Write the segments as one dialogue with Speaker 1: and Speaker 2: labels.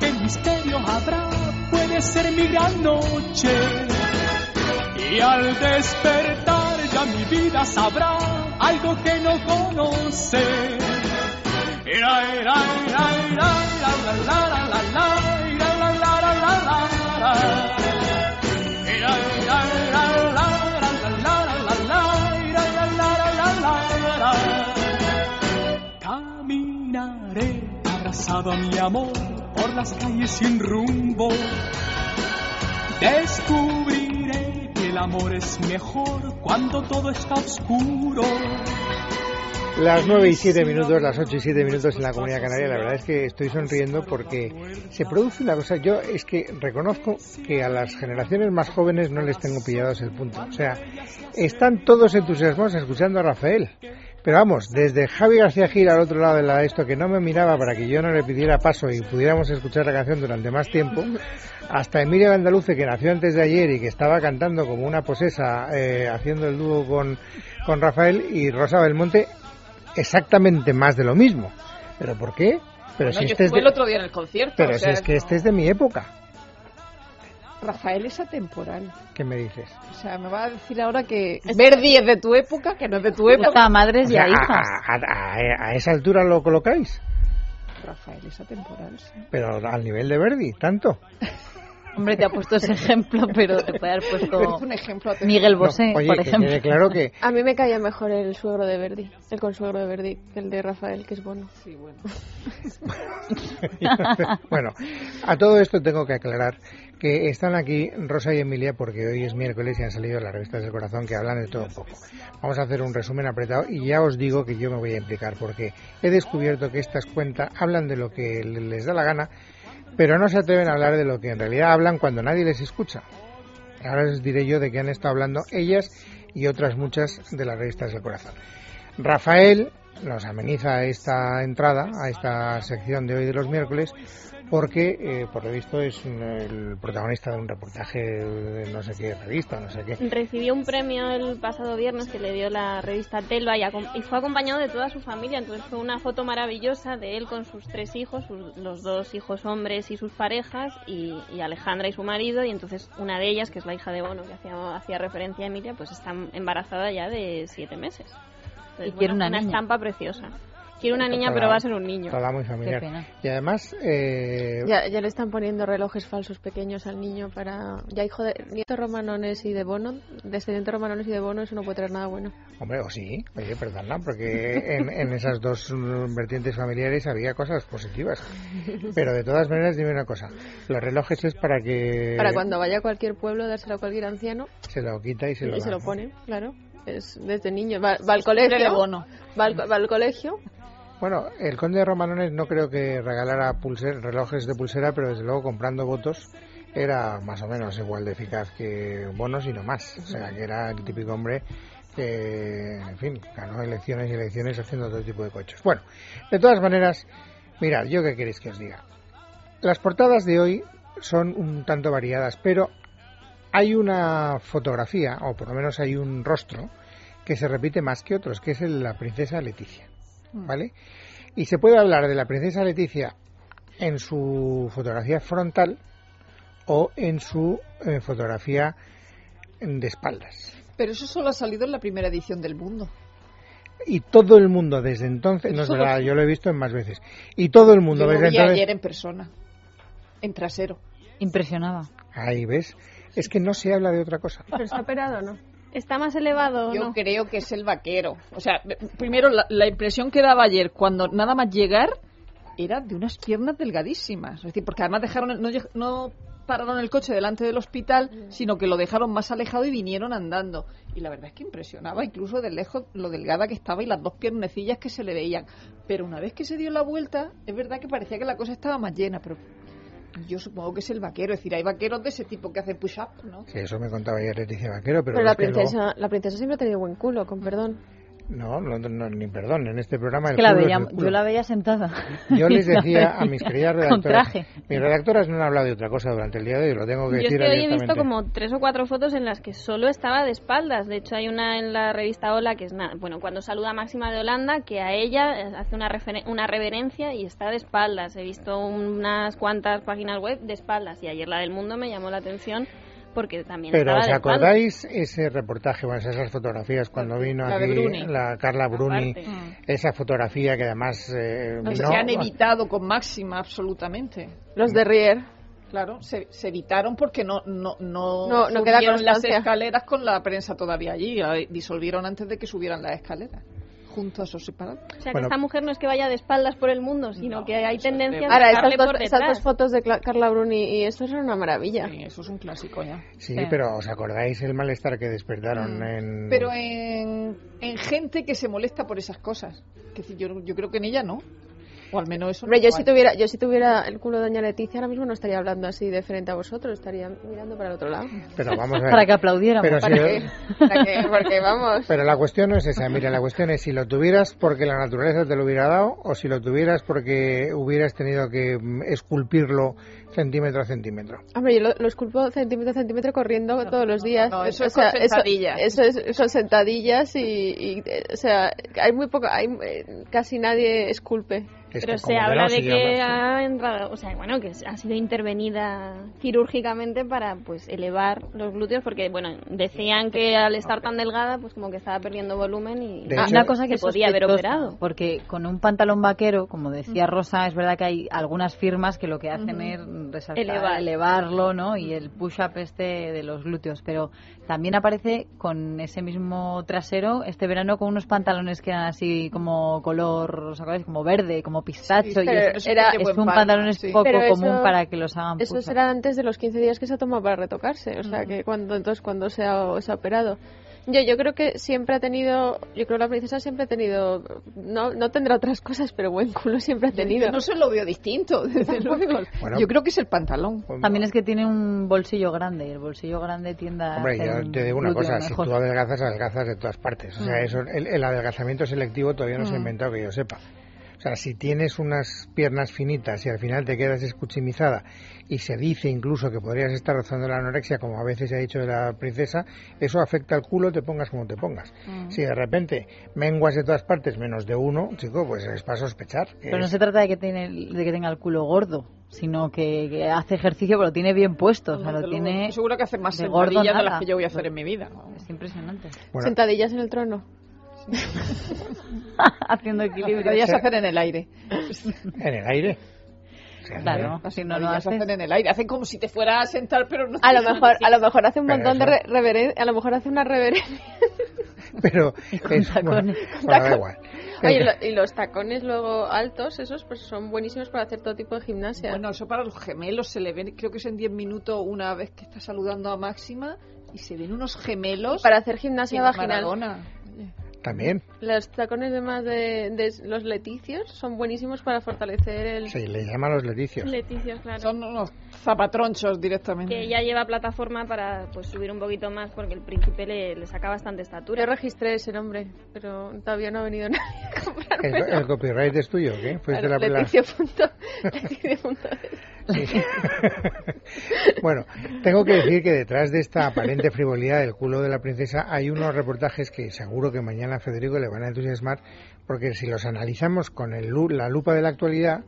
Speaker 1: ¿Qué misterio habrá? Puede ser mi gran noche. Y al despertar ya mi vida sabrá algo que no conoce. Ira, ira, ira, ira, la, la, la, la, la, la, ira, la, la, la, la, la, la. Ira, ira, ira, la, la, la, la, la, la, ira, la, la, la, la, la, la. Caminaré abrazado a mi amor por las calles sin rumbo. Descubriré que el amor es mejor cuando todo está oscuro.
Speaker 2: Las 9 y 7 minutos, las 8 y 7 minutos en la comunidad canaria, la verdad es que estoy sonriendo porque se produce una cosa, yo es que reconozco que a las generaciones más jóvenes no les tengo pillados el punto, o sea, están todos entusiasmados escuchando a Rafael, pero vamos, desde Javi García Gil al otro lado de la de esto que no me miraba para que yo no le pidiera paso y pudiéramos escuchar la canción durante más tiempo, hasta Emilia Andaluce que nació antes de ayer y que estaba cantando como una posesa eh, haciendo el dúo con, con Rafael y Rosa Belmonte, exactamente más de lo mismo. ¿Pero por qué? Pero
Speaker 3: No,
Speaker 2: si,
Speaker 3: yo
Speaker 2: este es
Speaker 3: estuve
Speaker 2: de,
Speaker 3: el otro día en el concierto.
Speaker 2: pero
Speaker 3: o
Speaker 2: si
Speaker 3: sea,
Speaker 2: es que este es de mi época,
Speaker 4: Rafael es atemporal.
Speaker 2: ¿qué me dices?
Speaker 4: O sea, me va a decir ahora que Verdi es de tu época, que no es de tu época.
Speaker 5: Puta Ah, madres y
Speaker 2: O sea,
Speaker 5: a
Speaker 2: a,
Speaker 5: hijas.
Speaker 2: a- a- a esa altura lo colocáis,
Speaker 4: Rafael es atemporal, sí.
Speaker 2: pero al nivel de Verdi, tanto.
Speaker 5: Hombre, te ha puesto ese ejemplo, pero te puede haber
Speaker 4: Pero
Speaker 5: puesto
Speaker 4: es un ejemplo atemporal.
Speaker 5: Miguel
Speaker 2: No,
Speaker 5: Bosé,
Speaker 2: oye,
Speaker 5: por
Speaker 2: que quede
Speaker 5: ejemplo.
Speaker 2: claro que
Speaker 6: A mí me caía mejor el suegro de Verdi, el consuegro de Verdi, que el de Rafael, que es bueno.
Speaker 4: Sí, bueno.
Speaker 2: bueno, a todo esto tengo que aclarar que están aquí Rosa y Emilia porque hoy es miércoles y han salido las revistas del corazón que hablan de todo un poco. Vamos a hacer un resumen apretado y ya os digo que yo me voy a implicar porque he descubierto que estas cuentas hablan de lo que les da la gana, pero no se atreven a hablar de lo que en realidad hablan cuando nadie les escucha. Ahora les diré yo de qué han estado hablando ellas y otras muchas de las revistas del corazón. Rafael nos ameniza esta entrada, a esta sección de hoy de los miércoles, porque eh, por lo visto es un- el protagonista de un reportaje de no sé qué revista, no sé qué.
Speaker 7: Recibió un premio el pasado viernes que le dio la revista Telva y, acom- y fue acompañado de toda su familia. Entonces fue una foto maravillosa de él con sus tres hijos, sus- los dos hijos hombres y sus parejas, y, y Alejandra y su marido. Y entonces una de ellas, que es la hija de Bono, que hacía, hacía referencia a Emilia, pues está embarazada ya de siete meses. Entonces,
Speaker 5: Y quiere una niña.
Speaker 7: estampa preciosa. Quiere una niña,
Speaker 2: Total,
Speaker 7: pero va a ser un niño.
Speaker 2: Toda muy
Speaker 5: Qué
Speaker 2: familiar.
Speaker 5: pena.
Speaker 2: Y además, eh,
Speaker 6: Ya, ya le están poniendo relojes falsos pequeños al niño para... Ya hijo de nietos romanones y de Bono, descendiente romanones y de Bono, eso no puede traer nada bueno.
Speaker 2: hombre, o sí, oye, perdona, porque en, en esas dos mm, vertientes familiares había cosas positivas. Pero de todas maneras, dime una cosa: los relojes es para que
Speaker 6: Para cuando vaya a cualquier pueblo, dárselo a cualquier anciano
Speaker 2: se lo quita y se lo,
Speaker 6: y se
Speaker 2: da,
Speaker 6: lo
Speaker 2: ¿no?
Speaker 6: pone, claro. Es desde niño, va, va al colegio,
Speaker 4: Dele bono.
Speaker 6: va al, va al colegio,
Speaker 2: Bueno, el conde de Romanones no creo que regalara pulser- relojes de pulsera, pero desde luego comprando votos era más o menos igual de eficaz que bonos y no más. O sea, que era el típico hombre que, en fin, ganó elecciones y elecciones haciendo todo tipo de coches. Bueno, de todas maneras, mirad, yo qué queréis que os diga. Las portadas de hoy son un tanto variadas, pero hay una fotografía, o por lo menos hay un rostro, que se repite más que otros, que es el de la princesa Leticia. ¿Vale? Y se puede hablar de la princesa Leticia en su fotografía frontal o en su eh, fotografía de espaldas.
Speaker 4: Pero eso solo ha salido en la primera edición del mundo.
Speaker 2: Y todo el mundo desde entonces, no es verdad, yo lo he visto en más veces, y todo el mundo
Speaker 4: Yo lo
Speaker 2: desde
Speaker 4: vi
Speaker 2: entonces...
Speaker 4: ayer en persona, en trasero.
Speaker 5: Impresionaba.
Speaker 4: eh.
Speaker 2: Ahí ves, es que no se habla de otra cosa.
Speaker 6: pero está operado, ¿no?
Speaker 7: ¿Está más elevado o
Speaker 4: Yo
Speaker 7: no?
Speaker 4: creo que es el vaquero. O sea, primero la, la impresión que daba ayer cuando nada más llegar era de unas piernas delgadísimas. Es decir, porque además dejaron el- no, lle- no pararon el coche delante del
Speaker 7: Mm.
Speaker 4: hospital, sino que lo dejaron más alejado y vinieron andando. Y la verdad es que impresionaba incluso de lejos lo delgada que estaba y las dos piernecillas que se le veían. Pero una vez que se dio la vuelta, es verdad que parecía que la cosa estaba más llena, pero Yo supongo que es el vaquero, es decir, hay vaqueros de ese tipo que hacen push-up, ¿no?
Speaker 2: Que eso me contaba ayer Leticia Vaquero, pero,
Speaker 6: Pero la
Speaker 2: es que luego-
Speaker 6: princesa, la princesa siempre ha tenido buen culo, con perdón.
Speaker 2: No, no, no, ni perdón, en este programa el
Speaker 5: que la
Speaker 2: culo es
Speaker 5: veía,
Speaker 2: el culo.
Speaker 5: yo la veía sentada.
Speaker 2: Yo les
Speaker 5: La
Speaker 2: decía a
Speaker 5: veía
Speaker 2: mis queridas
Speaker 5: Con
Speaker 2: redactoras,
Speaker 5: traje.
Speaker 2: mis redactoras no han hablado de otra cosa durante el día de hoy, lo tengo que
Speaker 7: Yo es
Speaker 2: decir
Speaker 7: que hoy he
Speaker 2: abiertamente.
Speaker 7: visto como tres o cuatro fotos en las que solo estaba de espaldas. De hecho, hay una en la revista Hola que es nada. Bueno, cuando saluda a Máxima de Holanda, que a ella eh, hace una, referen- una reverencia y está de espaldas. He visto unas cuantas páginas web de espaldas. Y ayer la del mundo me llamó la atención porque también
Speaker 2: Pero
Speaker 7: estaba
Speaker 2: ¿os
Speaker 7: de espaldas.
Speaker 2: acordáis ese reportaje, bueno, esas fotografías cuando vino
Speaker 4: la de
Speaker 2: aquí
Speaker 4: Bruni.
Speaker 2: la Carla Bruni?
Speaker 7: Aparte.
Speaker 2: Esa fotografía que además eh,
Speaker 4: Que
Speaker 2: no-
Speaker 4: se han evitado con máxima, absolutamente.
Speaker 6: Los de Rier.
Speaker 4: Claro, se, se evitaron porque no no no,
Speaker 6: No, no queda
Speaker 4: subieron las
Speaker 6: constancia.
Speaker 4: escaleras con la prensa todavía allí, la disolvieron antes de que subieran las escaleras, juntas o separadas.
Speaker 7: O sea,
Speaker 2: Bueno.
Speaker 7: que esta mujer no es que vaya de espaldas por el mundo, sino
Speaker 4: No,
Speaker 7: que hay
Speaker 4: eso es
Speaker 7: tendencia
Speaker 4: terrible.
Speaker 7: a
Speaker 6: Ahora, esas
Speaker 7: dejarle
Speaker 6: dos,
Speaker 7: por
Speaker 6: esas
Speaker 7: detrás.
Speaker 6: dos fotos de Cla- Carla Bruni y esto era una maravilla.
Speaker 4: Sí, eso es un clásico ya.
Speaker 2: Sí,
Speaker 5: Sí.
Speaker 2: pero ¿os acordáis el malestar que despertaron en...?
Speaker 4: Pero eh, en, en gente que se molesta por esas cosas, que decir, yo, yo creo que en ella no, o al menos eso.
Speaker 6: Hombre,
Speaker 4: no
Speaker 6: yo
Speaker 4: hay.
Speaker 6: si tuviera, yo si tuviera el culo de doña Leticia ahora mismo no estaría hablando así de frente a vosotros, estaría mirando para el otro lado.
Speaker 2: Pero vamos a ver.
Speaker 5: Para que aplaudiéramos.
Speaker 2: Pero,
Speaker 6: ¿Para
Speaker 2: si-
Speaker 6: qué? ¿Para qué? Porque vamos.
Speaker 2: pero la cuestión no es esa, mira, la cuestión es si lo tuvieras porque la naturaleza te lo hubiera dado o si lo tuvieras porque hubieras tenido que mm, esculpirlo centímetro a centímetro.
Speaker 6: Hombre, yo lo, lo esculpo centímetro a centímetro corriendo todos los días.
Speaker 4: no, eso
Speaker 6: O
Speaker 4: es con
Speaker 6: sea,
Speaker 4: sentadillas.
Speaker 6: Eso, es con sentadillas y, y, eh, o sea, hay muy poco, hay eh, casi nadie esculpe.
Speaker 2: Es
Speaker 7: Pero
Speaker 2: que
Speaker 7: se
Speaker 2: como
Speaker 7: habla
Speaker 2: no,
Speaker 7: de
Speaker 2: si
Speaker 7: que
Speaker 2: llamas-
Speaker 7: ha entrado, o sea, bueno, que ha sido intervenida quirúrgicamente para pues elevar los glúteos porque bueno, decían que al estar tan delgada pues como que estaba perdiendo volumen y
Speaker 2: De
Speaker 5: Ah,
Speaker 2: hecho-
Speaker 5: una cosa que
Speaker 7: se podía haber
Speaker 5: sospechosa,
Speaker 7: operado.
Speaker 5: Porque con un pantalón vaquero, como decía Rosa, es verdad que hay algunas firmas que lo que hacen es resaltar,
Speaker 7: Elevar.
Speaker 5: elevarlo, ¿no? Y el push-up este de los glúteos. Pero también aparece con ese mismo trasero este verano con unos pantalones que eran así como color, ¿os acordáis? Como verde, como pistacho.
Speaker 4: Sí,
Speaker 5: y
Speaker 4: pero
Speaker 5: es,
Speaker 4: eso
Speaker 5: era-
Speaker 4: sí que
Speaker 5: es
Speaker 4: buen
Speaker 5: un
Speaker 4: pan,
Speaker 5: pantalón es
Speaker 4: sí.
Speaker 5: poco
Speaker 6: Pero eso-
Speaker 5: común para que los hagan
Speaker 6: Eso
Speaker 5: push-up.
Speaker 6: será antes de los 15 días que se ha tomado para retocarse, o sea, que cuando entonces cuando se ha, se ha operado. Yo, yo creo que siempre ha tenido, yo creo que la princesa siempre ha tenido, no, no tendrá otras cosas, pero buen culo siempre ha tenido.
Speaker 4: Yo no se lo veo distinto, desde luego.
Speaker 2: Bueno.
Speaker 4: yo creo que es el pantalón.
Speaker 5: También es que tiene un bolsillo grande y el bolsillo grande tiende a
Speaker 2: Hombre,
Speaker 5: hacer
Speaker 2: yo
Speaker 5: un
Speaker 2: te digo una
Speaker 5: glúteo
Speaker 2: cosa, si
Speaker 5: mejor. Mm.
Speaker 2: tú adelgazas, adelgazas de todas partes. O sea, eso, el, el adelgazamiento selectivo todavía no se ha inventado que yo sepa. O sea, si tienes unas piernas finitas y al final te quedas escuchimizada y se dice incluso que podrías estar rozando la anorexia, como a veces se ha dicho de la princesa, eso afecta al culo, te pongas como te pongas.
Speaker 5: Mm.
Speaker 2: Si de repente menguas de todas partes menos de uno, chico, pues es para sospechar. que
Speaker 5: Pero no
Speaker 2: es-
Speaker 5: se trata de que, tiene, el- de que tenga el culo gordo, sino que, que hace ejercicio, pero lo tiene bien puesto. O sea, lo
Speaker 4: Desde luego.
Speaker 5: tiene.
Speaker 4: Seguro que hace más
Speaker 5: de gordo
Speaker 4: sentadillas de
Speaker 5: nada.
Speaker 4: las que yo voy a hacer en mi vida. ¿no?
Speaker 5: Es impresionante.
Speaker 2: bueno,
Speaker 6: Sentadillas en el trono.
Speaker 5: Haciendo equilibrio.
Speaker 4: Sentadillas se hacen en el aire.
Speaker 2: en el aire. O sea,
Speaker 5: Claro.
Speaker 4: Las
Speaker 5: Si no lo
Speaker 4: sentadillas se
Speaker 5: haces.
Speaker 4: hacen en el aire. Hacen como si te fuera a sentar, pero no.
Speaker 6: A lo mejor, a lo mejor hace un
Speaker 2: Pero
Speaker 6: montón de
Speaker 2: eso-
Speaker 6: reverencia, a lo mejor hace una reverencia.
Speaker 2: Pero es, bueno, bueno,
Speaker 5: tacones.
Speaker 2: da igual.
Speaker 6: Oye, lo- y los tacones luego altos, esos pues son buenísimos para hacer todo tipo de gimnasia.
Speaker 4: Bueno, eso para los gemelos se le ven, creo que es en 10 minutos una vez que está saludando a Máxima y se ven unos gemelos
Speaker 6: para hacer gimnasia
Speaker 4: en
Speaker 6: vaginal.
Speaker 4: Maradona.
Speaker 2: También.
Speaker 6: Los tacones de más de, de los leticios son buenísimos para fortalecer el...
Speaker 2: Sí, le llaman los leticios.
Speaker 7: Leticia, claro.
Speaker 4: Son unos zapatronchos
Speaker 7: Que
Speaker 4: directamente.
Speaker 7: ella lleva plataforma para pues subir un poquito más porque el príncipe le, le saca bastante
Speaker 6: Yo
Speaker 7: estatura.
Speaker 6: registré ese nombre, pero todavía no ha venido nadie a comprarme.
Speaker 2: ¿El, el copyright es tuyo o qué? Fuiste Pues la- la-
Speaker 6: Leticio punto- Leticio punto es.
Speaker 2: Bueno, tengo que decir que detrás de esta aparente frivolidad del culo de la princesa hay unos reportajes que seguro que mañana a Federico le van a entusiasmar, porque si los analizamos con el lu- la lupa de la actualidad,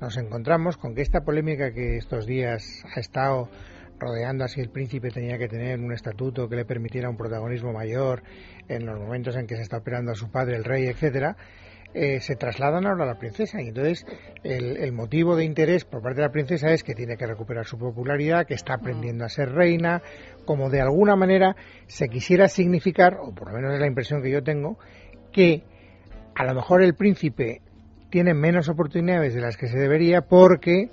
Speaker 2: nos encontramos con que esta polémica que estos días ha estado rodeando a si el príncipe tenía que tener un estatuto que le permitiera un protagonismo mayor en los momentos en que se está operando a su padre, el rey, etcétera, eh, se trasladan ahora a la princesa y entonces el, el motivo de interés por parte de la princesa es que tiene que recuperar su popularidad, que está aprendiendo a ser reina, como de alguna manera se quisiera significar, o por lo menos es la impresión que yo tengo, que a lo mejor el príncipe tiene menos oportunidades de las que se debería porque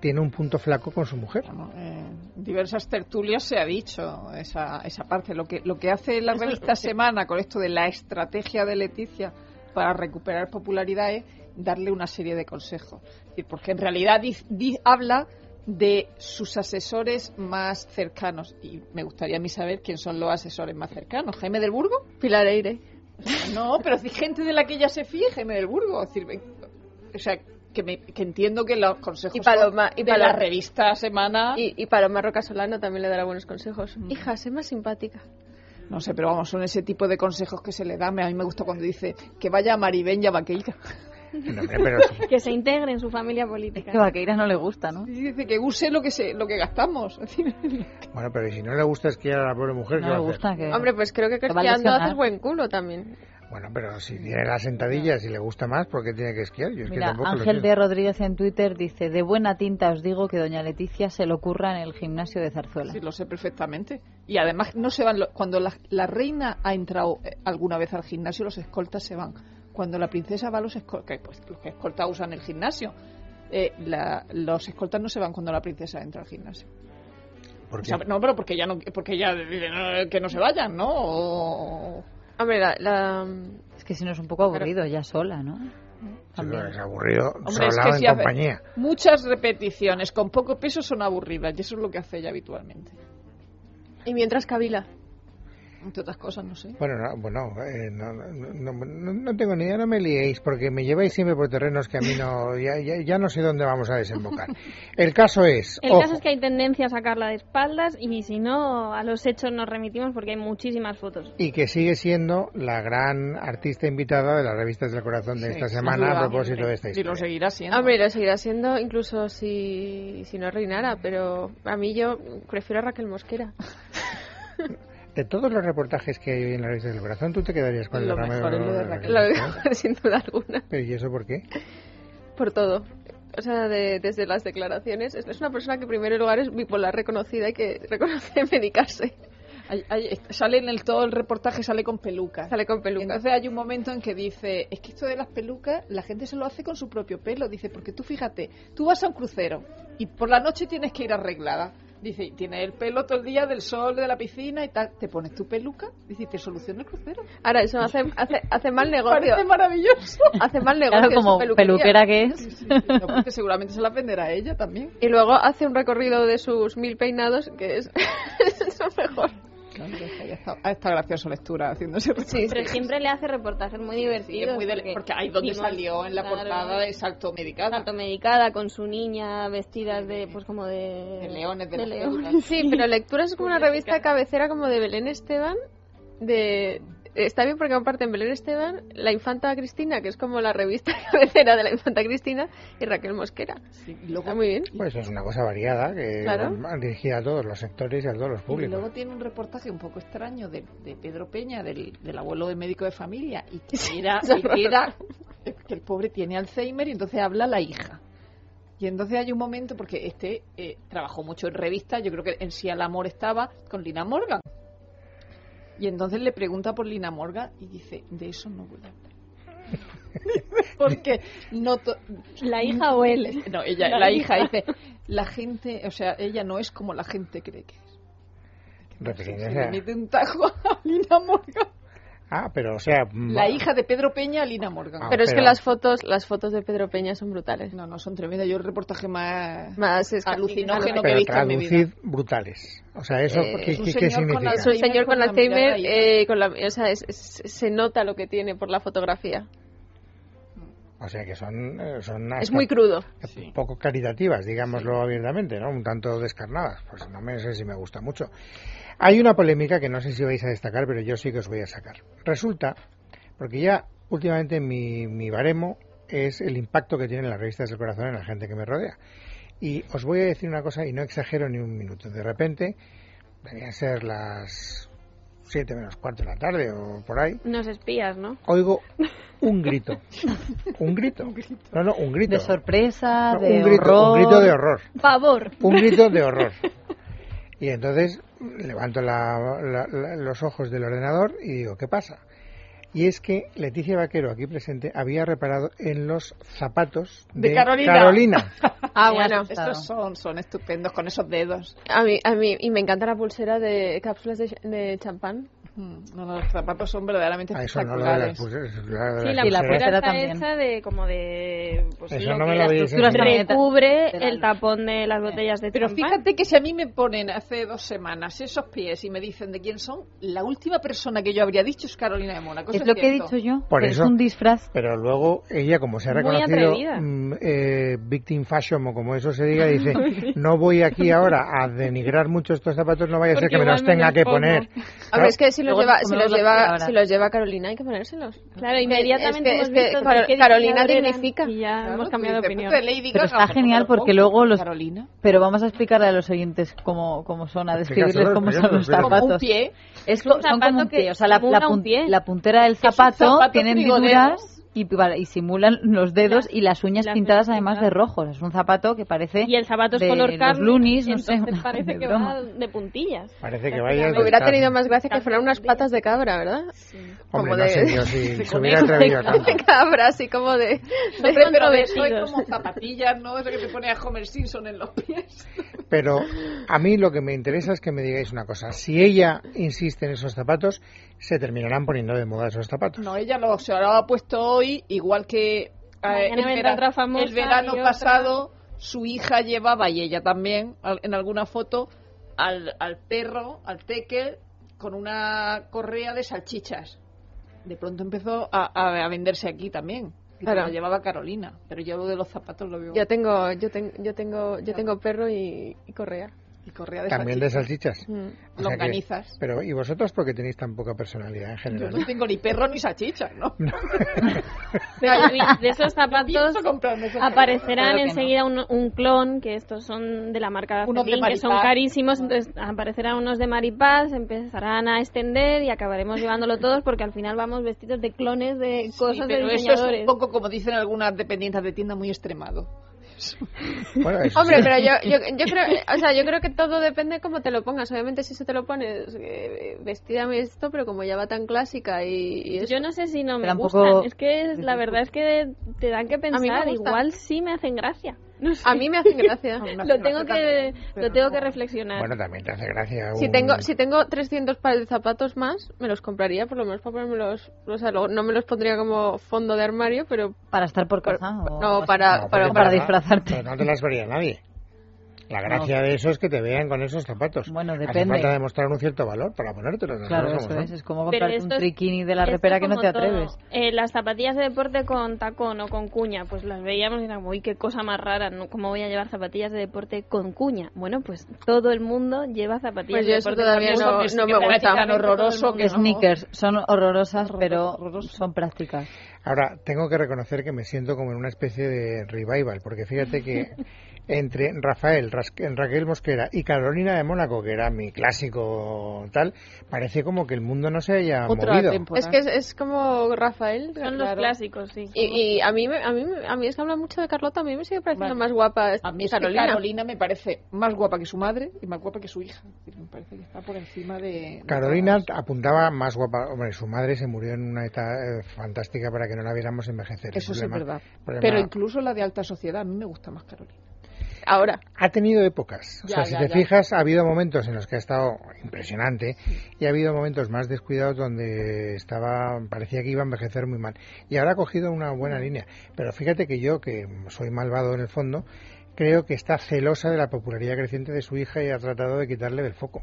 Speaker 2: tiene un punto flaco con su mujer.
Speaker 4: Bueno, eh, en diversas tertulias se ha dicho esa, esa parte. Lo que, lo que hace la revista Semana con esto de la estrategia de Leticia para recuperar popularidad es darle una serie de consejos. Es decir, Porque en realidad di- di- habla de sus asesores más cercanos. Y me gustaría a mí saber quién son los asesores más cercanos. ¿Jaime del Burgo?
Speaker 6: Pilar Eire.
Speaker 4: No, pero si gente de la que ella se fía, Jaime del Burgo. Es decir, o sea, que, me- que entiendo que los consejos
Speaker 6: Y Paloma- y
Speaker 4: de
Speaker 6: Paloma-
Speaker 4: la revista Semana...
Speaker 6: Y, y Paloma Roca Solano también le dará buenos consejos. Hija, sé más simpática.
Speaker 4: No sé, pero vamos, son ese tipo de consejos que se le da. A mí me gusta cuando dice que vaya a Maribén y a Vaqueira.
Speaker 2: No, hombre, pero
Speaker 7: Que se integre en su familia
Speaker 5: Que
Speaker 7: política.
Speaker 5: Vaqueiras no le gusta, ¿no?
Speaker 4: Y dice que use lo que, se, lo que gastamos. Es decir,
Speaker 2: Bueno, pero ¿y si no le gusta esquiar a la pobre mujer,
Speaker 5: No
Speaker 2: ¿qué
Speaker 5: le
Speaker 2: va a hacer?
Speaker 5: gusta que...
Speaker 6: Hombre, pues creo que
Speaker 5: Te va a
Speaker 6: Cristiano
Speaker 5: lesionar.
Speaker 6: haces buen culo también.
Speaker 2: Bueno, pero si tiene las sentadillas y le gusta más, ¿por qué tiene que esquiar? Yo es que
Speaker 5: Mira,
Speaker 2: tampoco
Speaker 5: Ángel
Speaker 2: lo
Speaker 5: de
Speaker 2: entiendo.
Speaker 5: Rodríguez en Twitter dice, de buena tinta os digo que doña Leticia se lo curra en el gimnasio de Zarzuela.
Speaker 4: Sí, lo sé perfectamente. Y además no se van lo- cuando la, la reina ha entrado eh, alguna vez al gimnasio los escoltas se van. Cuando la princesa va los escoltas, que pues los que escoltas usan el gimnasio. eh, la- los escoltas no se van cuando la princesa entra al gimnasio.
Speaker 2: ¿Por
Speaker 4: O
Speaker 2: qué?
Speaker 4: sea, no, pero porque ya no porque ya dice, "No, que no se vayan, ¿no? O-
Speaker 6: Hombre, la, la-
Speaker 5: Es que si no es un poco aburrido ya sola, ¿no?
Speaker 2: Sí,
Speaker 5: También.
Speaker 2: pero es aburrido
Speaker 4: Hombre, es
Speaker 2: solado
Speaker 4: que
Speaker 2: en
Speaker 4: si hace-
Speaker 2: compañía.
Speaker 4: muchas repeticiones con poco peso son aburridas y eso es lo que hace ella habitualmente.
Speaker 6: Y mientras Kabila.
Speaker 4: Entre otras cosas, no sé.
Speaker 2: Bueno, no, bueno eh, no, no, no- no- no tengo ni idea, no me liéis, porque me lleváis siempre por terrenos que a mí no, ya, ya- ya no sé dónde vamos a desembocar. El caso es,
Speaker 7: El
Speaker 2: ojo,
Speaker 7: caso es que hay tendencia a sacarla de espaldas y si no, a los hechos nos remitimos porque hay muchísimas fotos.
Speaker 2: y que sigue siendo la gran artista invitada de las revistas del corazón de
Speaker 4: Sí,
Speaker 2: esta
Speaker 4: sin
Speaker 2: semana
Speaker 4: duda. eh,
Speaker 2: a propósito de esta
Speaker 4: Y lo
Speaker 2: historia.
Speaker 4: seguirá siendo.
Speaker 6: Hombre, lo seguirá siendo incluso si, si no reinara, pero a mí yo prefiero a Raquel Mosquera.
Speaker 2: De todos los reportajes que hay hoy en las revistas del corazón, ¿tú te quedarías con el
Speaker 4: Lo
Speaker 2: Ramiro
Speaker 4: mejor es lo de Raquel.
Speaker 6: Lo
Speaker 2: Mosquera?
Speaker 6: digo sin duda alguna.
Speaker 2: Pero ¿y eso por qué?
Speaker 6: Por todo. O sea, de- desde las declaraciones. Es es una persona que en primer lugar es bipolar reconocida y que reconoce medicarse.
Speaker 4: Hay- hay- sale en el todo el reportaje sale con pelucas.
Speaker 6: Sale con pelucas.
Speaker 4: Entonces hay un momento en que dice, es que esto de las pelucas, la gente se lo hace con su propio pelo. Dice, porque tú fíjate, tú vas a un crucero y por la noche tienes que ir arreglada. Dice, y tienes el pelo todo el día del sol, de la piscina y tal. Te pones tu peluca, dice, y te soluciona el crucero.
Speaker 6: Ahora, eso hace, hace, hace mal negocio.
Speaker 4: Parece maravilloso.
Speaker 6: Hace mal negocio.
Speaker 5: Claro,
Speaker 6: su
Speaker 5: como
Speaker 6: peluquería.
Speaker 5: peluquera que es.
Speaker 4: No, porque seguramente se la venderá a ella también.
Speaker 6: Y luego hace un recorrido de sus mil peinados, que es, es lo mejor.
Speaker 4: Está, Ah, esta graciosa lectura haciéndose
Speaker 7: Pero siempre le hace reportajes muy divertidos.
Speaker 4: es muy del- porque ahí donde
Speaker 7: vimos-
Speaker 4: salió en la
Speaker 7: claro,
Speaker 4: portada de Salto Medicada.
Speaker 7: Tanto medicada con su niña vestidas de, pues como de...
Speaker 4: De leones, de las
Speaker 7: león.
Speaker 4: películas.
Speaker 6: Sí, pero Lecturas es como una revista cabecera como de Belén Esteban. De... Está bien porque comparten Belén Esteban, la Infanta Cristina, que es como la revista cabecera de la Infanta Cristina, y Raquel Mosquera.
Speaker 4: Sí, y luego
Speaker 6: Está muy bien.
Speaker 2: Pues es una cosa variada, que
Speaker 6: Claro.
Speaker 2: va dirigida a todos los sectores y a todos los
Speaker 4: Y
Speaker 2: públicos.
Speaker 4: luego tiene un reportaje un poco extraño de, de Pedro Peña, del, del abuelo de médico de familia, y que era, y que era- eh, que el pobre tiene Alzheimer y entonces habla la hija. Y entonces hay un momento, porque este eh, trabajó mucho en revistas, yo creo que en Sí al Amor estaba con Lina Morgan. Y entonces le pregunta por Lina Morgan y dice, de eso no voy a hablar. Porque no to-
Speaker 7: La hija o él.
Speaker 4: no, ella, la,
Speaker 7: La
Speaker 4: hija dice, la gente, o sea, ella no es como la gente cree que es.
Speaker 2: Referencias
Speaker 4: Se
Speaker 2: a-
Speaker 4: le mete un tajo a Lina Morgan.
Speaker 2: Ah, pero o sea...
Speaker 4: La hija de Pedro Peña a Lina Morgan.
Speaker 2: Ah.
Speaker 6: Pero es que
Speaker 2: pero-
Speaker 6: las fotos, las fotos de Pedro Peña son brutales.
Speaker 4: No, no, son tremendas. Yo el reportaje más...
Speaker 6: Más es
Speaker 4: Alucinógeno. lo que he
Speaker 2: Pero
Speaker 4: visto en mi
Speaker 2: traducir brutales. O sea, ¿eso
Speaker 4: Eh,
Speaker 2: qué,
Speaker 4: es un
Speaker 2: qué- qué
Speaker 4: señor con
Speaker 2: significa?
Speaker 4: la-
Speaker 6: Es un señor con
Speaker 4: la mirada
Speaker 6: Alzheimer,
Speaker 4: y-
Speaker 6: eh, con la, o sea, es- es- se nota lo que tiene por la fotografía.
Speaker 2: O sea, que son... eh, son
Speaker 6: Es
Speaker 2: hasta
Speaker 6: muy crudo.
Speaker 2: Poco caritativas, digámoslo abiertamente, ¿no? Un tanto descarnadas. Pues no me sé si me gusta mucho. Hay una polémica que no sé si vais a destacar, pero yo sí que os voy a sacar. Resulta, porque ya últimamente mi, mi baremo es el impacto que tienen las revistas del corazón en la gente que me rodea. Y os voy a decir una cosa y no exagero ni un minuto. De repente, debían ser las 7 menos cuarto de la tarde o por ahí,
Speaker 7: Nos espías, ¿no?
Speaker 2: oigo un grito. Un grito. No, no, un grito.
Speaker 5: De sorpresa,
Speaker 2: No,
Speaker 5: de
Speaker 2: un, grito
Speaker 5: horror.
Speaker 2: un grito de horror.
Speaker 7: Favor.
Speaker 2: Un grito de horror. Y entonces levanto la- la- la- los ojos del ordenador y digo, ¿qué pasa? Y es que Leticia Vaquero, aquí presente, había reparado en los zapatos
Speaker 4: De
Speaker 2: de,
Speaker 4: Carolina.
Speaker 2: Carolina.
Speaker 6: Ah,
Speaker 5: Me
Speaker 6: bueno.
Speaker 5: asusta. Claro.
Speaker 4: Estos son, son estupendos con esos dedos.
Speaker 6: A mí, a mí, y me encanta la pulsera de cápsulas de, ch- de champán.
Speaker 5: Hmm.
Speaker 4: Mm, No, no, los zapatos son verdaderamente
Speaker 2: Ah, eso no lo de las
Speaker 4: espectaculares.
Speaker 2: pulseras. la de las
Speaker 7: Sí, la,
Speaker 5: Y la
Speaker 2: pulseras.
Speaker 7: pulsera está
Speaker 5: también.
Speaker 7: hecha de como de pues,
Speaker 2: Eso
Speaker 7: lo
Speaker 2: no me
Speaker 7: que
Speaker 2: lo
Speaker 7: las
Speaker 2: habéis
Speaker 7: estructuras
Speaker 5: enseñado.
Speaker 7: recubre
Speaker 5: Del
Speaker 7: el
Speaker 5: ala.
Speaker 7: tapón de las botellas de
Speaker 4: Pero
Speaker 7: champán.
Speaker 4: fíjate que si a mí me ponen hace dos semanas esos pies y me dicen de quién son, la última persona que yo habría dicho es Carolina de Mónaco.
Speaker 5: Es
Speaker 4: eso
Speaker 5: lo que he
Speaker 4: cierto.
Speaker 5: dicho yo.
Speaker 2: Por
Speaker 5: que
Speaker 2: eso-
Speaker 5: Es un disfraz.
Speaker 2: Pero luego ella, como se ha
Speaker 7: Muy
Speaker 2: reconocido
Speaker 7: atrevida.
Speaker 2: mm, eh, victim fashion o como eso se diga, dice, no voy aquí ahora a denigrar mucho estos zapatos, no vaya a ser
Speaker 7: Porque
Speaker 2: que me los
Speaker 7: igual me
Speaker 2: tenga
Speaker 7: los
Speaker 2: que
Speaker 7: pongo".
Speaker 2: poner.
Speaker 6: A ver, es que si los
Speaker 5: Luego
Speaker 6: lleva,
Speaker 5: nos
Speaker 6: si los
Speaker 5: comemos la
Speaker 6: lleva,
Speaker 5: palabra.
Speaker 6: si los lleva Carolina hay que ponérselos.
Speaker 7: Claro, inmediatamente
Speaker 6: Es que-
Speaker 7: hemos
Speaker 6: es que
Speaker 7: visto de
Speaker 6: Caro-
Speaker 7: qué
Speaker 6: Carolina
Speaker 7: diseñador eran
Speaker 6: dignifica.
Speaker 7: Y ya
Speaker 4: Claro, "Pues
Speaker 7: hemos
Speaker 4: tú
Speaker 7: cambiado de
Speaker 4: dices,
Speaker 7: opinión.
Speaker 4: "Puta, Lady Gaga,
Speaker 5: Pero está
Speaker 4: por
Speaker 5: genial
Speaker 4: favor,
Speaker 5: porque luego los-
Speaker 4: Carolina.
Speaker 5: Pero vamos a explicarle a los oyentes cómo, cómo son, a describirles
Speaker 2: Explícaselos,
Speaker 5: cómo son los
Speaker 2: explícaselos.
Speaker 4: Como un
Speaker 5: zapatos.
Speaker 4: pie.
Speaker 5: Es co-
Speaker 7: Un
Speaker 5: son
Speaker 7: zapato
Speaker 5: como un
Speaker 7: que
Speaker 5: pie. O sea, la,
Speaker 7: simula
Speaker 5: la
Speaker 7: un
Speaker 5: pun-
Speaker 7: pie.
Speaker 5: la puntera del
Speaker 4: un
Speaker 5: zapato
Speaker 4: zapato
Speaker 5: tienen
Speaker 4: trigonero.
Speaker 5: hendiduras y, vale, y simulan los dedos
Speaker 7: Las-
Speaker 5: y las uñas
Speaker 7: las
Speaker 5: pintadas
Speaker 7: uñas
Speaker 5: además de
Speaker 7: pintadas.
Speaker 5: rojo. Es un zapato que parece
Speaker 7: Y el zapato es
Speaker 5: de
Speaker 7: color
Speaker 5: los
Speaker 7: carne.
Speaker 5: Loonies, no sé,
Speaker 7: entonces
Speaker 5: una-
Speaker 7: parece
Speaker 5: de
Speaker 7: que
Speaker 5: broma.
Speaker 7: va de puntillas.
Speaker 2: Parece que vaya de
Speaker 6: Hubiera
Speaker 2: carne.
Speaker 6: tenido más gracia que
Speaker 7: Carne
Speaker 6: fueran unas
Speaker 7: podrida.
Speaker 6: patas de cabra, ¿verdad?
Speaker 2: Hombre,
Speaker 6: como
Speaker 2: no
Speaker 6: de-
Speaker 2: sé yo si se hubiera
Speaker 4: conejo,
Speaker 2: atrevido tanto.
Speaker 6: De cabra, así como de...
Speaker 4: Hombre, pero de- soy
Speaker 7: controvertidos.
Speaker 4: como zapatillas, ¿no? Eso que te pone a Homer Simpson en los pies.
Speaker 2: Pero a mí lo que me interesa es que me digáis una cosa. Si ella insiste en esos zapatos, se terminarán poniendo de moda esos zapatos.
Speaker 4: No, ella lo, se lo ha puesto hoy, igual que eh, el,
Speaker 7: vendrá
Speaker 4: vera-
Speaker 7: otra famosa
Speaker 4: el verano
Speaker 7: y otra.
Speaker 4: pasado su hija llevaba, y ella también, al- en alguna foto, al, al perro, al teque, con una correa de salchichas. De pronto empezó a, a- a venderse aquí también. Y
Speaker 6: Claro.
Speaker 4: la llevaba Carolina, pero yo lo de los zapatos lo veo.
Speaker 6: Yo tengo, yo tengo, yo tengo, yo tengo perro y, y correa.
Speaker 4: Y correa de
Speaker 2: También de salchichas.
Speaker 6: Mm.
Speaker 2: O sea que-
Speaker 4: Longanizas.
Speaker 2: pero ¿y vosotros por qué tenéis tan poca personalidad en
Speaker 4: Yo
Speaker 2: general?
Speaker 4: no tengo ni perro ni salchichas, ¿no?
Speaker 7: Pero Luis, de esos zapatos
Speaker 4: Pienso comprarme esos
Speaker 7: aparecerán
Speaker 5: Claro que no.
Speaker 7: enseguida un, un clon, que estos son de la marca
Speaker 4: Unos de
Speaker 7: Zeppelin, que son
Speaker 4: Maripaz.
Speaker 7: carísimos, entonces aparecerán unos de Maripaz, empezarán a extender y acabaremos llevándolo todos porque al final vamos vestidos de clones de cosas
Speaker 4: Sí,
Speaker 7: de
Speaker 4: pero eso es
Speaker 7: diseñadores.
Speaker 4: un poco como dicen algunas dependientes de tienda muy extremado.
Speaker 2: Bueno, eso
Speaker 6: Hombre,
Speaker 2: sí.
Speaker 6: pero yo, yo, yo creo, o sea, yo creo que todo depende cómo te lo pongas. Obviamente si se te lo pones eh, vestida y esto, pero como ya va tan clásica y, y eso-
Speaker 7: Yo no sé si no me
Speaker 5: Pero
Speaker 7: gustan,
Speaker 5: tampoco-
Speaker 7: es que es- la verdad es que te dan que
Speaker 6: me
Speaker 7: pensar,
Speaker 6: gustan.
Speaker 7: igual sí me hacen gracia. No sé.
Speaker 6: a mí me hacen gracia.
Speaker 4: Aún
Speaker 7: lo tengo que
Speaker 4: pero
Speaker 7: lo tengo que
Speaker 4: no.
Speaker 7: reflexionar.
Speaker 2: Bueno, también te hace gracia.
Speaker 6: Si
Speaker 2: un-
Speaker 6: tengo, si tengo 300 pares de zapatos más, me los compraría, por lo menos para ponérmelos, o sea, luego no me los pondría como fondo de armario, pero
Speaker 5: para estar por casa. o-
Speaker 6: no,
Speaker 5: o
Speaker 6: para,
Speaker 2: No,
Speaker 6: para,
Speaker 2: porque
Speaker 5: para
Speaker 2: no-
Speaker 5: disfrazarte.
Speaker 2: pero no te las vería nadie. La gracia de eso es que te vean con esos zapatos.
Speaker 5: Bueno,
Speaker 2: Hace
Speaker 5: depende.
Speaker 2: falta demostrar un cierto valor para ponértelos. las
Speaker 5: Claro,
Speaker 2: cosas
Speaker 5: eso
Speaker 2: como
Speaker 5: es.
Speaker 2: son.
Speaker 5: Es como
Speaker 7: Pero
Speaker 5: comprarte un
Speaker 7: esto es-
Speaker 5: triquini de la
Speaker 7: esto
Speaker 5: repera que
Speaker 7: como
Speaker 5: no te
Speaker 7: todo.
Speaker 5: atreves.
Speaker 7: Eh, las zapatillas de deporte con tacón o con cuña, pues las veíamos y era uy, qué cosa más rara, ¿no? ¿Cómo voy a llevar zapatillas de deporte con cuña? Bueno, pues todo el mundo lleva zapatillas
Speaker 6: Pues
Speaker 7: de
Speaker 6: yo eso
Speaker 7: deporte
Speaker 6: todavía
Speaker 7: con
Speaker 6: no-
Speaker 7: cuña.
Speaker 6: no me
Speaker 7: Prácticamente
Speaker 6: gusta.
Speaker 7: todo el mundo.
Speaker 4: Horroroso que- no.
Speaker 5: Sneakers son horrorosas, pero son prácticas.
Speaker 2: Ahora, tengo que reconocer que me siento como en una especie de revival, porque fíjate que entre Rafael, Ras- Raquel Mosquera y Carolina de Mónaco, que era mi clásico tal, parece como que el mundo no se haya
Speaker 4: Otra
Speaker 2: movido.
Speaker 4: temporada.
Speaker 6: es que es, es como Rafael.
Speaker 7: Son los
Speaker 6: claro.
Speaker 7: clásicos, sí.
Speaker 6: Y, y a, mí, me- a, mí, me- a mí es que habla mucho de Carlota, a mí me sigue pareciendo
Speaker 4: Vale.
Speaker 6: más guapa
Speaker 4: A mí es que
Speaker 6: Carolina.
Speaker 4: Carolina. me parece más guapa que su madre y más guapa que su hija. Es decir, Me parece que está por encima de... de
Speaker 2: Carolina
Speaker 4: todas.
Speaker 2: apuntaba más guapa. Hombre, su madre se murió en una edad eh, fantástica para que no la viéramos envejecer.
Speaker 4: Eso
Speaker 2: El
Speaker 4: sí es
Speaker 2: problema-
Speaker 4: verdad.
Speaker 2: problema-
Speaker 4: Pero incluso la de alta sociedad, a mí me gusta más Carolina.
Speaker 6: Ahora,
Speaker 2: ha tenido épocas. O
Speaker 4: Ya,
Speaker 2: sea, si
Speaker 4: ya,
Speaker 2: te
Speaker 4: ya.
Speaker 2: fijas, ha habido momentos en los que ha estado impresionante y ha habido momentos más descuidados donde estaba parecía que iba a envejecer muy mal. Y ahora ha cogido una buena línea. Pero fíjate que yo, que soy malvado en el fondo, creo que está celosa de la popularidad creciente de su hija y ha tratado de quitarle del foco.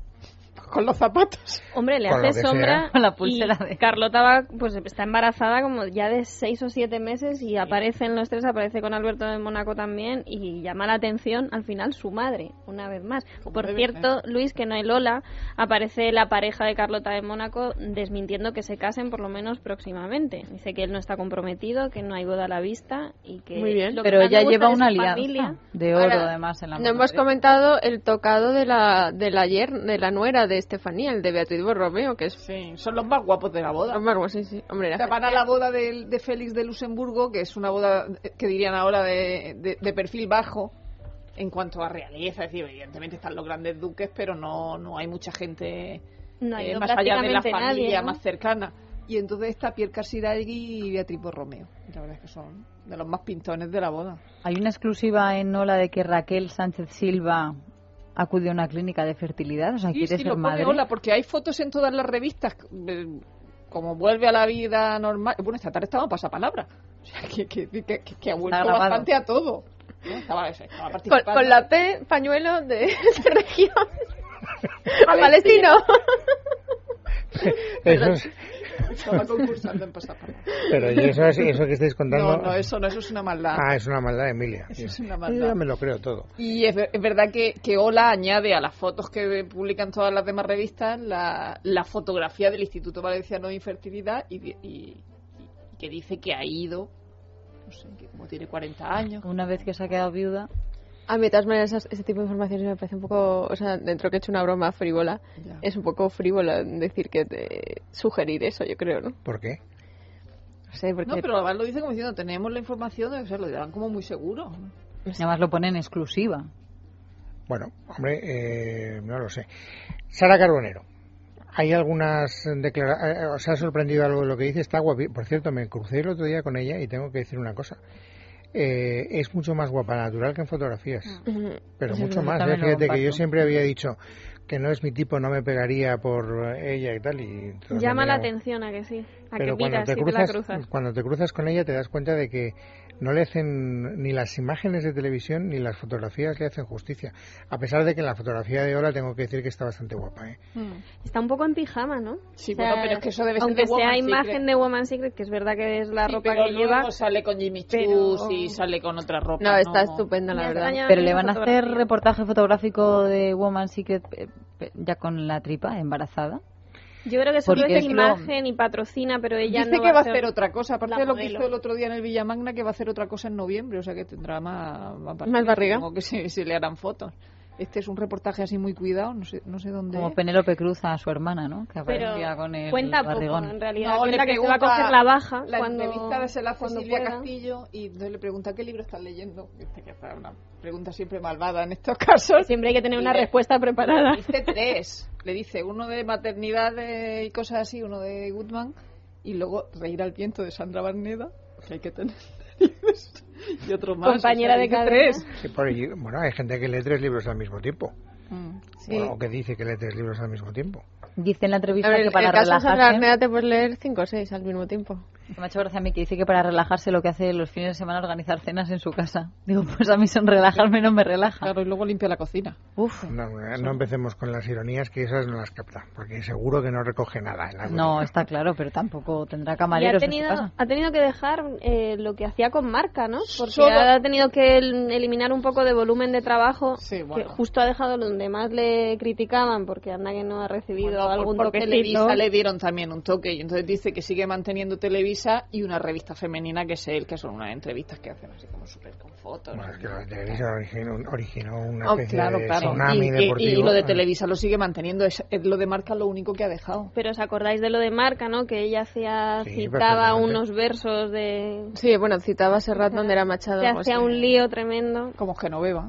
Speaker 4: Con los zapatos.
Speaker 7: Hombre, le
Speaker 2: Con lo
Speaker 7: hace
Speaker 2: que
Speaker 7: sombra.
Speaker 2: sea.
Speaker 5: Con la pulsera
Speaker 7: y
Speaker 5: de-
Speaker 7: Carlota va, pues está embarazada como ya de seis o siete meses y aparecen los tres, aparece con Alberto de Mónaco también y llama la atención al final su madre, una vez más.
Speaker 4: Como
Speaker 7: Por
Speaker 4: debe
Speaker 7: cierto, Luis, que no el Lola, aparece la pareja de Carlota de Mónaco desmintiendo que se casen por lo menos próximamente. Dice que él no está comprometido, que no hay boda a la vista y que.
Speaker 6: Muy bien.
Speaker 7: lo que
Speaker 5: Pero
Speaker 7: más me
Speaker 5: ella
Speaker 7: gusta
Speaker 5: lleva
Speaker 7: de su
Speaker 5: una alianza
Speaker 7: familia-
Speaker 5: de oro,
Speaker 6: Ahora,
Speaker 5: además, en la ¿eh?
Speaker 6: no
Speaker 5: mano.
Speaker 6: hemos comentado el tocado de la, de la, yer- de la nuera de Estefanía, el de Beatriz Borromeo, que es...
Speaker 4: Sí, son los más guapos de la boda.
Speaker 6: Amargo, sí, sí. Hombre,
Speaker 4: O sea,
Speaker 6: era-
Speaker 4: van a la boda del- de, Félix de Luxemburgo, que es una boda eh, que dirían ahora de, de- de perfil bajo en cuanto a realeza. Es decir, evidentemente están los grandes duques, pero no, no hay mucha gente
Speaker 7: No ha
Speaker 4: eh,
Speaker 7: ido
Speaker 4: más allá de la
Speaker 7: prácticamente nadie,
Speaker 4: familia
Speaker 7: ¿no?
Speaker 4: más cercana. Y entonces está Pierre Casiraghi y Beatriz Borromeo. Y La verdad es que son de los más pintones de la boda.
Speaker 5: Hay una exclusiva en Ola de que Raquel Sánchez Silva acude a una clínica de fertilidad, o sea,
Speaker 4: Y
Speaker 5: quiere
Speaker 4: si
Speaker 5: ser
Speaker 4: lo pone
Speaker 5: madre.
Speaker 4: hola, porque hay fotos en todas las revistas eh, como vuelve a la vida normal. Bueno, esta tarde estaba en pasapalabra. O sea, que, que, que, que- que ha vuelto
Speaker 5: grabado.
Speaker 4: bastante a todo. ¿no? Estaba, estaba
Speaker 6: Con,
Speaker 4: participando.
Speaker 6: con la P, pañuelo de, de región. A Palestino.
Speaker 2: Eso es-
Speaker 4: Estaba concursando en pasapalabra.
Speaker 2: pero ¿y eso, es- eso que estáis contando?
Speaker 4: No, no, eso no, eso es una maldad.
Speaker 2: Ah, es una maldad, Emilia.
Speaker 4: Eso es una
Speaker 2: Yo ya
Speaker 4: maldad.
Speaker 2: me lo creo todo.
Speaker 4: Y es, ver- es verdad que, que Ola añade a las fotos que publican todas las demás revistas la, la fotografía del Instituto Valenciano de Infertilidad y, di- y- y que dice que ha ido, no sé, que como tiene 40 años.
Speaker 5: Una vez que se ha quedado viuda,
Speaker 6: A mí, de todas maneras, esas- ese tipo de informaciones me parece un poco. O sea, dentro que he hecho una broma frívola,
Speaker 4: Ya.
Speaker 6: es un poco frívola decir que te, sugerir eso, yo creo, ¿no?
Speaker 2: ¿Por qué?
Speaker 6: No sé, porque.
Speaker 4: No, pero además lo dice como diciendo, tenemos la información, o sea, lo dan como muy seguro. ¿no?
Speaker 5: además lo pone en exclusiva.
Speaker 2: Bueno, hombre, eh, no lo sé. Sara Carbonero. Hay algunas declaraciones. ¿Os ha sorprendido algo de lo que dice? Está guapi. Por cierto, me crucé el otro día con ella y tengo que decir una cosa. Eh, es mucho más guapa natural que en fotografías.
Speaker 6: Ujú.
Speaker 2: Pero
Speaker 5: Ah. Sí,
Speaker 2: mucho
Speaker 5: yo
Speaker 2: más. ¿eh?
Speaker 5: también lo
Speaker 2: Fíjate que yo
Speaker 5: comparto.
Speaker 2: siempre había dicho que no es mi tipo, no me pegaría por ella y tal. Y todos
Speaker 7: Llama
Speaker 2: me
Speaker 7: la
Speaker 2: miraban.
Speaker 7: atención a que sí, a que
Speaker 2: Pero cuando
Speaker 7: picas
Speaker 2: te,
Speaker 7: si te la
Speaker 2: cruzas,
Speaker 7: cruzas.
Speaker 2: cuando te cruzas con ella te das cuenta de que no le hacen ni las imágenes de televisión ni las fotografías le hacen justicia. A pesar de que en la fotografía de Ola tengo que decir que está bastante guapa. ¿eh?
Speaker 7: Está un poco en pijama, ¿no?
Speaker 4: Sí, bueno, pero es que eso debe ser
Speaker 7: aunque
Speaker 4: de Woman
Speaker 7: sea imagen
Speaker 4: Secret.
Speaker 7: de Woman Secret, que es verdad que es la
Speaker 4: Sí,
Speaker 7: ropa
Speaker 4: pero
Speaker 7: que
Speaker 4: luego
Speaker 7: lleva.
Speaker 4: sale con Jimmy
Speaker 7: pero-
Speaker 4: Choo y sale con otra ropa.
Speaker 6: No, está estupenda, la
Speaker 7: Me
Speaker 6: verdad.
Speaker 7: extraña
Speaker 5: Pero
Speaker 7: ver
Speaker 5: le
Speaker 7: esa
Speaker 5: van a hacer
Speaker 7: fotografía.
Speaker 5: reportaje fotográfico de Woman Secret eh, pe- ya con la tripa embarazada.
Speaker 7: Yo creo que solo
Speaker 5: Porque
Speaker 7: es
Speaker 5: es
Speaker 7: imagen y patrocina, pero ella
Speaker 4: Dice
Speaker 7: no
Speaker 4: que va a
Speaker 7: ser-
Speaker 4: hacer otra cosa, aparte
Speaker 7: la
Speaker 4: de lo que
Speaker 7: modelo.
Speaker 4: hizo el otro día en el Villamagna, que va a hacer otra cosa en noviembre, o sea que tendrá más,
Speaker 6: Más barriga.
Speaker 4: Como que se, se le harán fotos. Este es un reportaje así muy cuidado, no sé, no sé dónde.
Speaker 5: Como Penélope Cruz a su hermana, ¿no? Que
Speaker 7: Pero
Speaker 5: aparecía con el
Speaker 7: cuenta
Speaker 5: barrigón.
Speaker 7: poco, en realidad.
Speaker 4: No,
Speaker 7: cuenta
Speaker 4: le
Speaker 7: que se va a
Speaker 4: pregunta-
Speaker 7: coger la baja
Speaker 4: La
Speaker 7: cuando,
Speaker 4: entrevista se la hace
Speaker 7: cuando
Speaker 4: Silvia
Speaker 7: pueda.
Speaker 4: Castillo y entonces le pregunta qué libro estás leyendo. Viste que es una pregunta siempre malvada en estos casos.
Speaker 7: Siempre hay que tener una
Speaker 4: Le-
Speaker 7: respuesta preparada.
Speaker 4: Dice tres. Le dice uno de maternidad eh, y cosas así, uno de Goodman, y luego Reír al viento de Sandra Barneda, que hay que tener. y otro más.
Speaker 7: Compañera de
Speaker 4: dice
Speaker 7: cadena.
Speaker 4: tres.
Speaker 2: Sí, por ahí- bueno, hay gente que lee tres libros al mismo tiempo.
Speaker 4: Mm, Sí.
Speaker 2: O que dice que lee tres libros al mismo tiempo.
Speaker 5: Dice en la entrevista
Speaker 6: A ver,
Speaker 5: que para
Speaker 6: el caso de Sandra
Speaker 5: relajarse...
Speaker 6: Arnea te puedes leer 5 o 6 al mismo tiempo.
Speaker 5: Me ha hecho gracia a mí que dice que para relajarse lo que hace los fines de semana es organizar cenas en su casa. Digo, pues a mí son relajarme no me relaja.
Speaker 4: Claro, y luego limpia la cocina.
Speaker 5: Uf.
Speaker 2: No, eh, no empecemos con las ironías, que esas no las capta, porque seguro que no recoge nada. en la
Speaker 5: No, está claro, pero tampoco
Speaker 7: Y
Speaker 5: tendrá
Speaker 7: ha
Speaker 5: camareros en su
Speaker 7: tenido,
Speaker 5: casa.
Speaker 7: ha tenido que dejar eh, lo que hacía con marca, ¿no? Porque
Speaker 4: Solo-
Speaker 7: ha tenido que el- eliminar un poco de volumen de trabajo.
Speaker 4: Sí, bueno.
Speaker 7: Que justo ha dejado donde más le criticaban, porque anda que no ha recibido
Speaker 4: Bueno, pues por-
Speaker 7: algún
Speaker 4: por
Speaker 7: toquecito.
Speaker 4: Televisa le dieron también un toque y entonces dice que sigue manteniendo Televisa y una revista femenina que es él, que son unas entrevistas que hacen así como súper con fotos.
Speaker 2: Bueno, es
Speaker 4: ¿no?
Speaker 2: que lo de Televisa originó, originó una
Speaker 4: Oh,
Speaker 2: especie
Speaker 4: claro,
Speaker 2: de
Speaker 4: claro.
Speaker 2: tsunami
Speaker 4: y, y-
Speaker 2: deportivo.
Speaker 4: y lo de Televisa lo sigue manteniendo, es, es lo de marca lo único que ha dejado.
Speaker 7: Pero os acordáis de lo de marca, ¿no? Que ella hacía,
Speaker 2: Sí,
Speaker 7: citaba
Speaker 2: perfectamente.
Speaker 7: unos versos de...
Speaker 6: Sí, bueno, citaba a Serrat donde era Machado.
Speaker 7: Se
Speaker 6: algo
Speaker 7: hacía
Speaker 6: así.
Speaker 7: un lío tremendo.
Speaker 4: Como Genoveva.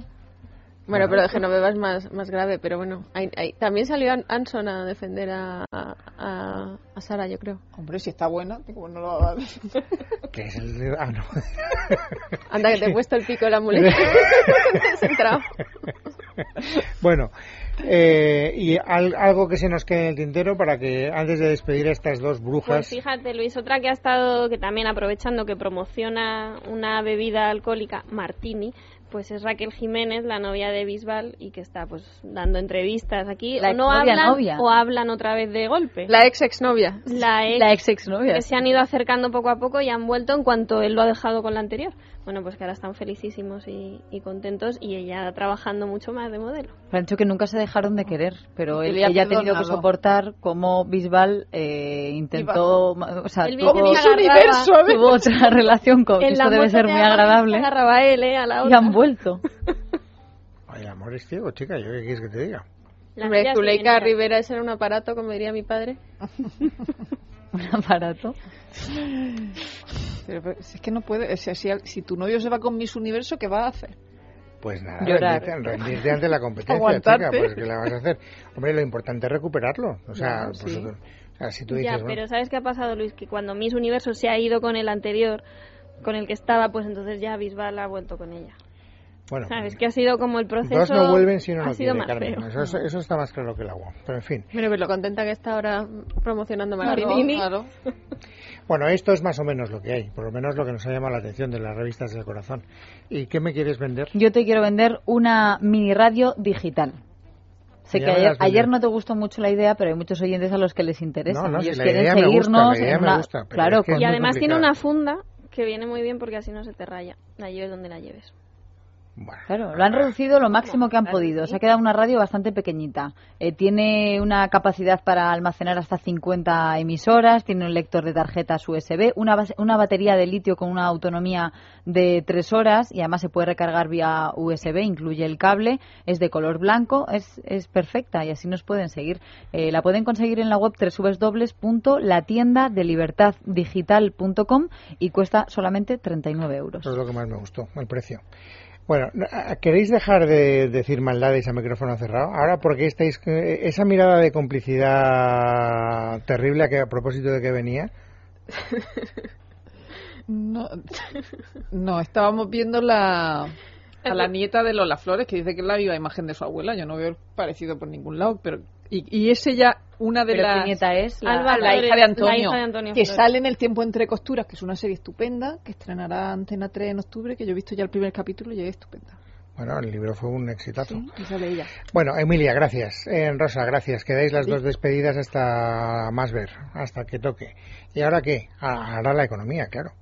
Speaker 6: Bueno, pero de Genoveva es más, más grave, pero bueno. hay- hay- También salió An- Anson a defender a, a, a Sara, yo creo.
Speaker 4: Hombre, si está buena, como no lo va a ver.
Speaker 2: Que es el- ah, no.
Speaker 6: Anda, que te he puesto el pico de la muleta. Concentrado.
Speaker 2: Bueno, eh, y al- algo que se nos quede en el tintero para que antes de despedir a estas dos
Speaker 7: Pues
Speaker 2: brujas,
Speaker 7: fíjate, Luis, otra que ha estado, que también aprovechando que promociona una bebida alcohólica, martini, pues es Raquel Jiménez, la novia de Bisbal, y que está pues dando entrevistas aquí.
Speaker 5: La
Speaker 7: o no
Speaker 5: exnovia,
Speaker 7: hablan
Speaker 5: novia.
Speaker 7: o hablan otra vez de golpe.
Speaker 6: La ex exnovia.
Speaker 7: La ex-
Speaker 5: La ex exnovia.
Speaker 7: que se han ido acercando poco a poco y han vuelto en cuanto él lo ha dejado con la anterior. Bueno, pues que ahora están felicísimos y, y contentos y ella trabajando mucho más de modelo.
Speaker 5: Me han dicho que nunca se dejaron de querer,
Speaker 4: Y
Speaker 5: pero
Speaker 4: que
Speaker 5: él,
Speaker 4: le ha
Speaker 5: ella ha tenido que
Speaker 4: perdonado.
Speaker 5: soportar cómo Bisbal eh, intentó, ma- o sea,
Speaker 7: Él
Speaker 5: tuvo,
Speaker 7: bien que se
Speaker 4: su
Speaker 7: agarraba-
Speaker 4: universo, a ver.
Speaker 5: tuvo otra relación con
Speaker 7: en la
Speaker 5: esto debe
Speaker 7: moto
Speaker 5: ser
Speaker 7: de
Speaker 5: muy
Speaker 7: Amazon
Speaker 5: agradable
Speaker 7: se agarraba él, eh, a la
Speaker 5: y
Speaker 7: otra.
Speaker 5: han vuelto.
Speaker 2: Ay, el amor es ciego, chica, yo qué quieres que te diga.
Speaker 7: La
Speaker 6: Hombre,
Speaker 7: tía
Speaker 6: Zuleika
Speaker 7: Jiménez.
Speaker 6: Rivera es un aparato, como diría mi padre.
Speaker 5: Un aparato.
Speaker 4: Pero, pero, si es que no puede. o sea, si, si tu novio se va con Miss Universo, ¿qué va a hacer?
Speaker 2: Pues nada,
Speaker 5: Llorar.
Speaker 2: rendirte, rendirte ante la competencia,
Speaker 4: Aguantarte.
Speaker 2: chica, pues que la vas a hacer. Hombre, lo importante es recuperarlo. O sea,
Speaker 4: Claro,
Speaker 2: por
Speaker 4: sí.
Speaker 2: supuesto. O sea, si tú dices,
Speaker 7: ya,
Speaker 2: bueno,
Speaker 7: pero ¿sabes qué ha pasado, Luis? Que cuando Miss Universo se ha ido con el anterior, con el que estaba, pues entonces ya Bisbal ha vuelto con ella.
Speaker 2: Bueno,
Speaker 7: ¿Sabes? Que ha sido como el proceso.
Speaker 2: dos no vuelven si uno
Speaker 7: ha
Speaker 2: no
Speaker 7: sido
Speaker 2: quiere,
Speaker 7: más
Speaker 2: Carmen.
Speaker 7: feo.
Speaker 2: Eso, es- eso está más claro que el agua. Pero en fin.
Speaker 6: Mira, pero pues lo contenta que está ahora promocionando
Speaker 7: Marini.
Speaker 6: Marini.
Speaker 2: Bueno, esto es más o menos lo que hay. Por lo menos lo que nos ha llamado la atención de las revistas del corazón. ¿Y qué me quieres vender?
Speaker 5: Yo te quiero vender una mini radio digital. Sé
Speaker 2: Ya
Speaker 5: que
Speaker 2: me
Speaker 5: ayer,
Speaker 2: las vendes.
Speaker 5: ayer no te gustó mucho la idea, pero hay muchos oyentes a los que les interesa.
Speaker 2: No, no,
Speaker 5: y
Speaker 2: si
Speaker 5: ellos
Speaker 2: la
Speaker 5: quieren
Speaker 2: idea me gusta,
Speaker 5: seguirnos.
Speaker 2: la idea
Speaker 5: en
Speaker 2: me
Speaker 5: una-
Speaker 2: gusta, pero
Speaker 5: claro,
Speaker 2: es que-
Speaker 5: con-
Speaker 7: Y
Speaker 2: muy
Speaker 7: además tiene
Speaker 2: complicada.
Speaker 7: una funda que viene muy bien porque así no se te raya. La lleves donde la lleves. Mm.
Speaker 2: Bueno,
Speaker 5: Claro, lo han reducido lo máximo que han podido. Se ha quedado una radio bastante pequeñita. Eh, tiene una capacidad para almacenar hasta 50 emisoras, tiene un lector de tarjetas USB, una, base- una batería de litio con una autonomía de 3 horas y además se puede recargar vía USB, incluye el cable, es de color blanco, es, es perfecta y así nos pueden seguir. Eh, la pueden conseguir en la web www.latiendaDelibertaddigital.com y cuesta solamente 39 euros.
Speaker 2: eso es lo que más me gustó, el precio. Bueno, no, a- ¿queréis dejar de decir maldades a micrófono cerrado? Ahora, porque estáis. eh, Esa mirada de complicidad terrible a, que, a propósito de que venía.
Speaker 4: No, no, estábamos viendo la, a la nieta de Lola Flores que dice que es la viva imagen de su abuela. Yo no veo el parecido por ningún lado, pero. Y, y es ella una de
Speaker 5: Pero ¿eh?
Speaker 4: las.
Speaker 5: ¿qué nieta es? La-
Speaker 7: Alba,
Speaker 4: la, hija de
Speaker 7: Flores,
Speaker 4: Antonio,
Speaker 7: la hija de Antonio
Speaker 4: que
Speaker 7: Flores.
Speaker 4: sale en El tiempo entre costuras, que es una serie estupenda, que estrenará Antena 3 en octubre, que yo he visto ya el primer capítulo y es estupenda.
Speaker 2: Bueno, el libro fue un exitazo.
Speaker 4: Y sale ella.
Speaker 2: Bueno, Emilia, gracias. Eh, Rosa, gracias. Quedáis las dos despedidas hasta más ver, hasta que toque. ¿Y ahora qué? Ah, Ahora la economía, claro.